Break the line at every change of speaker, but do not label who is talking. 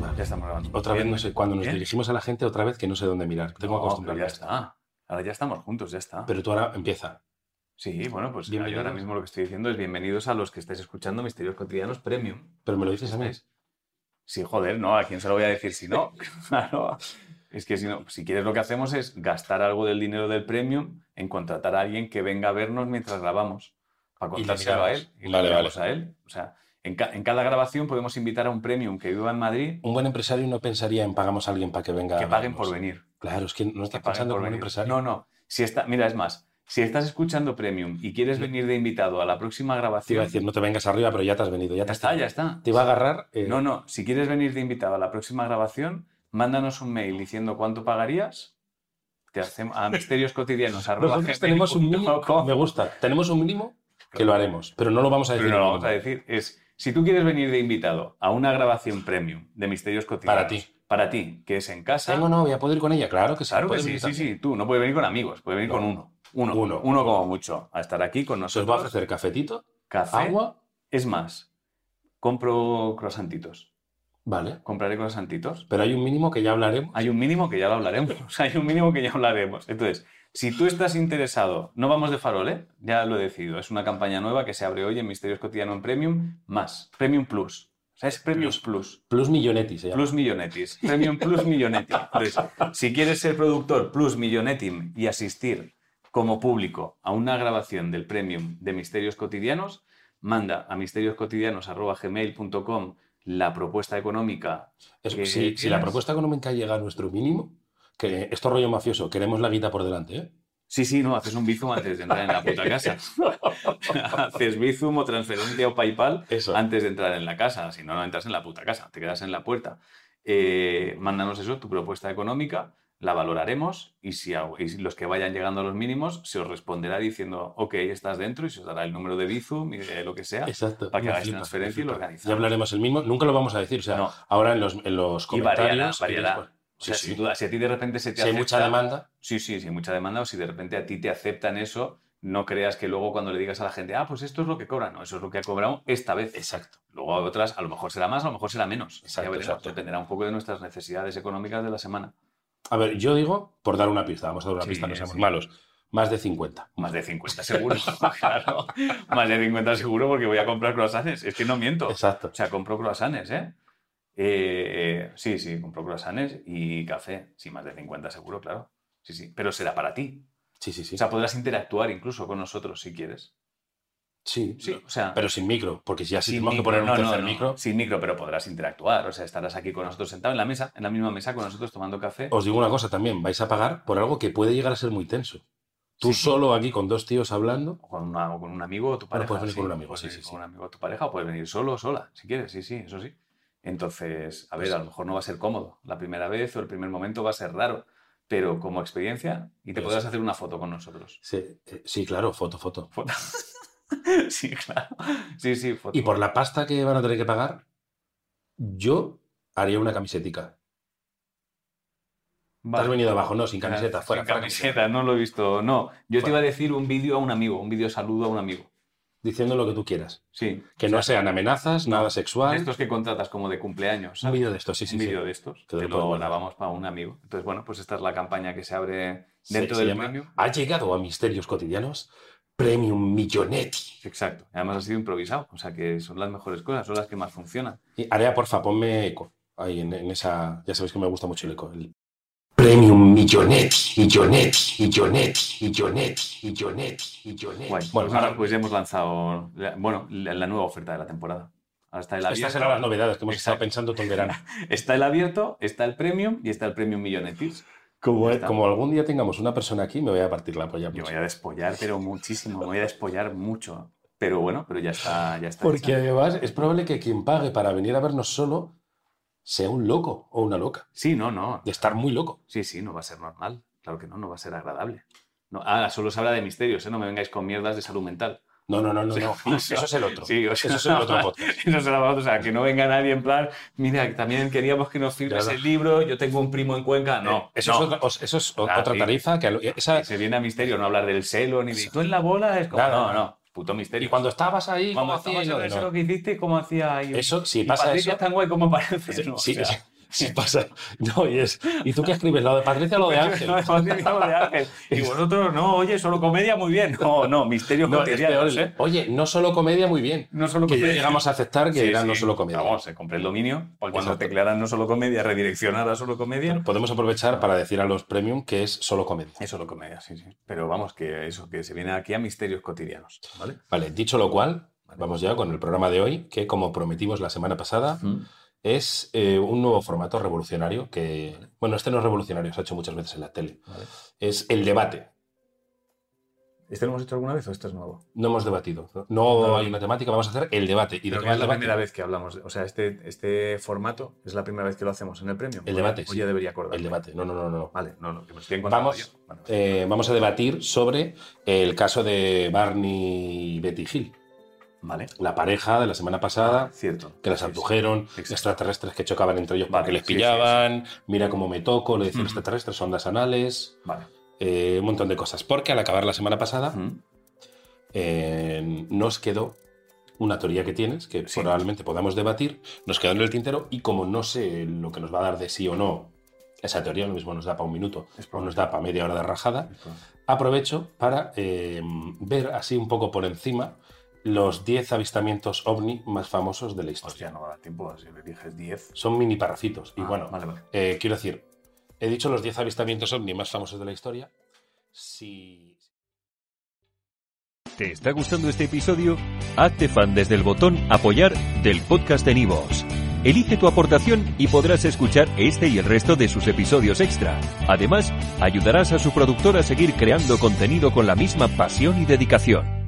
Vale.
Ya estamos grabando.
Otra vez, no sé, cuando nos
Bien.
dirigimos a la gente, otra vez que no sé dónde mirar. Tengo que
No, pero
acostumbrarme.
ya está. Ahora ya estamos juntos, ya está.
Pero tú ahora empieza.
sí, bueno, pues yo ahora
Bienvenidos.
mismo lo que estoy diciendo es bienvenidos a los que estáis escuchando Misterios Cotidianos Premium.
Pero me lo dices a mí.
Sí, joder, ¿no? ¿A quién se lo voy a decir si no? Claro. Es que si no, si quieres lo que hacemos es gastar algo del dinero del premium en contratar a alguien que venga a vernos mientras grabamos. Para
Y le
contárselo a él.
grabas.
Y le
Vale,
grabamos
vale.
a él. O sea, en, ca- en cada grabación podemos invitar a un premium que viva en Madrid
Un buen empresario no pensaría en pagamos a alguien para que venga.
que
a
paguen
vernos.
por venir.
Claro, es que no
que
estás
paguen
pensando
por
como un
venir.
empresario.
No, no. Si está, mira, es más, si estás escuchando Premium y quieres
Sí.
venir de invitado a la próxima
Te iba
grabación,
a decir, no te vengas arriba, pero ya te has venido. Ya
ya
te,
está, ya está.
te iba a agarrar. eh,
No, no. Si quieres venir de invitado a la próxima grabación, mándanos un mail diciendo cuánto pagarías. Te hacemos a misterioscotidianos. arroba
Nosotros tenemos un mínimo.
gmail.com.
Me gusta. Tenemos un mínimo que lo haremos, pero no lo vamos a
Pero
decir.
no
en
lo vamos a
ningún
decir. Es si tú quieres venir de invitado a una grabación premium de Misterios Cotidianos.
Para ti.
Para ti, que es en casa.
Tengo novia, ¿puedo ir con ella? Claro que sí.
Claro que
puedes
sí,
invitar.
sí, sí. Tú no puedes venir con amigos, puedes venir
No.
con uno. Uno,
Uno.
uno como mucho. A estar aquí con
Se os va a
nosotros.
ofrecer cafetito,
Café.
agua.
Es más, compro croissantitos.
Vale.
Compraré croissantitos.
Pero hay un mínimo que ya hablaremos.
Hay un mínimo que ya lo hablaremos. Hay un mínimo que ya hablaremos. Entonces, si tú estás interesado, no vamos de farol, ¿eh? Ya lo he decidido. Es una campaña nueva que se abre hoy en Misterios Cotidiano en Premium, más Premium Plus. O sea, es Premium Plus.
Plus Millonetti se llama.
Plus Millonetis. Premium Plus Millonetti. Entonces, si quieres ser productor Plus Millonetim y asistir como público a una grabación del Premium de Misterios Cotidianos, manda a misterioscotidianos.gmail.com la propuesta económica
Es-
que
si, si
tienes.
la propuesta económica llega a nuestro mínimo, que esto rollo mafioso, queremos la guita por delante, ¿eh?
Sí, sí, no, haces un bizum antes de entrar en la puta casa. haces bizum o transferencia o PayPal
Eso.
antes de entrar en la casa. Si no, no entras en la puta casa, te quedas en la puerta. Eh, mándanos eso, tu propuesta económica, la valoraremos y si a- y si los que vayan llegando a los mínimos se os responderá diciendo, ok, estás dentro y se os dará el número de bizum y de lo que sea.
Exacto.
Para que
Me
hagáis
flipa,
transferencia
me
y lo
flipa.
organizamos.
Ya hablaremos el mismo. Nunca lo vamos a decir. O sea,
No.
ahora en los, en los
Y variará,
comentarios.
variará.
pues,
O sea,
sí,
sin
sí.
duda, si a ti de repente se te
Si hay mucha
acepta-
demanda,
Sí, sí, si hay mucha demanda o si de repente a ti te aceptan eso, no creas que luego cuando le digas a la gente, ah, pues esto es lo que cobran, no, eso es lo que ha cobrado esta vez.
exacto.
Luego a otras, a lo mejor será más, a lo mejor será menos. Ya
Exacto,
veremos,
exacto.
Dependerá un poco de nuestras necesidades económicas de la semana.
A ver, yo digo, por dar una pista, vamos a dar una
Sí,
pista, no seamos
sí.
malos. Más de 50.
Más de 50 seguro, claro. Más de 50 seguro porque voy a comprar croissants. Es que no miento.
Exacto.
O sea, compro croissants, ¿eh? Eh, eh, sí, sí, compro croissants y café. Sí, más de 50 seguro, claro. Sí, sí. Pero será para ti.
Sí, sí, sí.
O sea, podrás interactuar incluso con nosotros si quieres.
sí,
Sí, o sea,
Pero sin micro, porque si ya sí
sin
tenemos que
micro,
poner un
no, no,
tercer
no,
micro,
Sin micro, pero podrás interactuar. O sea, estarás aquí con nosotros sentado en la mesa, en la misma mesa con nosotros tomando café.
os digo una cosa también, vais a pagar por algo que puede llegar a ser muy tenso. Tú
Sí.
solo aquí con dos tíos hablando,
O con, una- o con un amigo o tu pareja.
Bueno, puedes venir con un amigo,
puedes
sí,
venir con
sí, sí.
un amigo o tu pareja, o puedes venir solo o sola, si quieres, sí, sí, eso sí. Entonces, a ver,
Pues-
a lo mejor no va a ser cómodo. La primera vez o el primer momento va a ser raro, pero como experiencia, y te
Pero
podrás
sí.
hacer una foto con nosotros.
se- eh, sí, claro, foto, foto.
Foto. sí, claro. Sí, sí, foto.
Y por la pasta que van a tener que pagar, yo haría una camisetica. Te has
Vale.
venido abajo, no,
Sin
sin camiseta, fuera. fuera camiseta.
camiseta, no lo he visto, no. Yo te
Fuera.
iba a decir un vídeo a un amigo, un vídeo saludo a un amigo.
Diciendo lo que tú quieras.
Sí.
Que no sean amenazas, nada
De
sexual.
estos que contratas como de cumpleaños,
Un
¿sabes?
vídeo de esto, sí, sí.
un
sí.
vídeo de estos. Te
Que lo
lo
puedes guardar.
grabamos para un amigo. Entonces, bueno, pues esta es la campaña que se abre
Se-
dentro
se
del
llama
premium.
Ha llegado a Misterios Cotidianos Premium Millonetti.
Exacto. Además ha sido improvisado. O sea que son las mejores cosas, son las que más funcionan.
Y Area, porfa, ponme eco. Ahí en, en esa. Ya sabéis que me gusta mucho el eco. El... Premium Millonetti, Millonetti, Millonetti, Millonetti, Millonetti, Millonetti.
Guay.
Bueno,
pues,
ahora,
pues ya hemos lanzado la, bueno, la, la nueva oferta de la temporada. Ahora está el
estas
abierto.
eran las novedades que hemos estado
Exacto.
pensando todo el verano.
Está el abierto, está el premium y está el premium millonetis.
Como,
Ya Pues
eh,
está.
como algún día tengamos una persona aquí, me voy a partir la polla.
Yo
mucho.
voy a despollar, pero muchísimo. Me voy a despollar mucho. Pero bueno, pero ya está, ya está.
Porque
hecha.
además es probable que quien pague para venir a vernos solo sea un loco o una loca.
Sí, no, no.
De estar muy loco.
Sí, sí, no va a ser normal. Claro que no, no va a ser agradable. No, ahora solo se habla de misterios, ¿eh? no me vengáis con mierdas de salud mental.
No, no, no, no,
Sí,
no.
o sea,
Eso es el otro.
Sí, o sea,
Eso es el otro podcast.
eso será para otro, o sea, que no venga nadie en plan, mira, que también queríamos que nos firmes
Claro.
el libro, yo tengo un primo en Cuenca. No,
Eh, eso
no.
es otra, os- eso es o-
Ah,
otra
sí.
tarifa que a lo- esa-
Se viene a misterio, no hablar del celo ni de tú en la bola, es como, no,
Nada.
no, puto misterio.
y cuando estabas ahí, ¿cómo
Cuando
hacías?
estabas en
No,
el
no.
celo que hiciste, ¿cómo hacía ahí?
Eso, si
Y
pasa
Patricia
eso,
es tan guay como parece. ¿no? O
sí,
sea,
sí, sí pasa. No, y es, ¿y tú qué escribes? ¿Lo de Patricia o lo de Ángel?
Pues no, Patricia, lo de Ángel. Y vosotros, no, oye, solo comedia, muy bien. No, no, misterios
No, es peor.
cotidianos, ¿eh?
Oye, no solo comedia, muy bien.
No solo
Que ya
comedia.
llegamos a aceptar que
Sí,
era no
sí.
solo comedia.
Vamos, se compré el dominio. Cuando
Exacto.
teclearan no solo comedia, redireccionar a solo comedia.
Podemos aprovechar para decir a los premium que es solo comedia.
Es solo comedia, sí, sí. Pero vamos, que eso, que se viene aquí a misterios cotidianos. ¿Vale?
Vale, dicho lo cual, vamos ya con el programa de hoy, que como prometimos la semana pasada, es eh, un nuevo formato revolucionario que, bueno, este no es revolucionario, se ha hecho muchas veces en la tele.
Vale.
Es el debate.
¿Este lo hemos hecho alguna vez o este es nuevo?
No hemos debatido. No,
No.
hay una temática, vamos a hacer el debate. ¿Y de
Creo
qué
que es
va el
la
debate?
primera vez que hablamos. O sea, este, este formato es la primera vez que lo hacemos en el premio.
El debate,
Oye,
sí.
debería acordar.
El debate, no, no, no, no.
Vale, no, no, que me estoy encontrando.
Vamos,
yo. Vale, vale.
Eh, vamos a debatir sobre el caso de Barney y Betty Hill,
Vale,
la pareja de la semana pasada
pues, cierto.
que las
Sí, sí.
abdujeron,
Exacto.
extraterrestres que chocaban entre ellos porque
Vale,
les
sí, sí,
pillaban, mira cómo me toco, le decían
Ujú.
extraterrestres, ondas anales,
Vale.
eh, un montón de cosas. Porque al acabar la semana pasada eh, nos quedó una teoría que tienes, que
Sí.
probablemente podamos debatir, nos quedó en el tintero y como no sé lo que nos va a dar de sí o no, esa teoría lo mismo nos da para un minuto
Es
o
probable.
nos da para media hora de rajada, aprovecho para eh, ver así un poco por encima los 10 avistamientos ovni más famosos de la historia.
Hostia, Pues no va a dar tiempo. Si le dije 10.
Son mini parrafitos. Y
Ah,
bueno,
Vale, vale.
eh, quiero decir, he dicho los 10 avistamientos ovni más famosos de la historia. Si...
¿Te está gustando este episodio? Hazte fan desde el botón Apoyar del podcast de Nivos. Elige tu aportación y podrás escuchar este y el resto de sus episodios extra. Además, ayudarás a su productor a seguir creando contenido con la misma pasión y dedicación.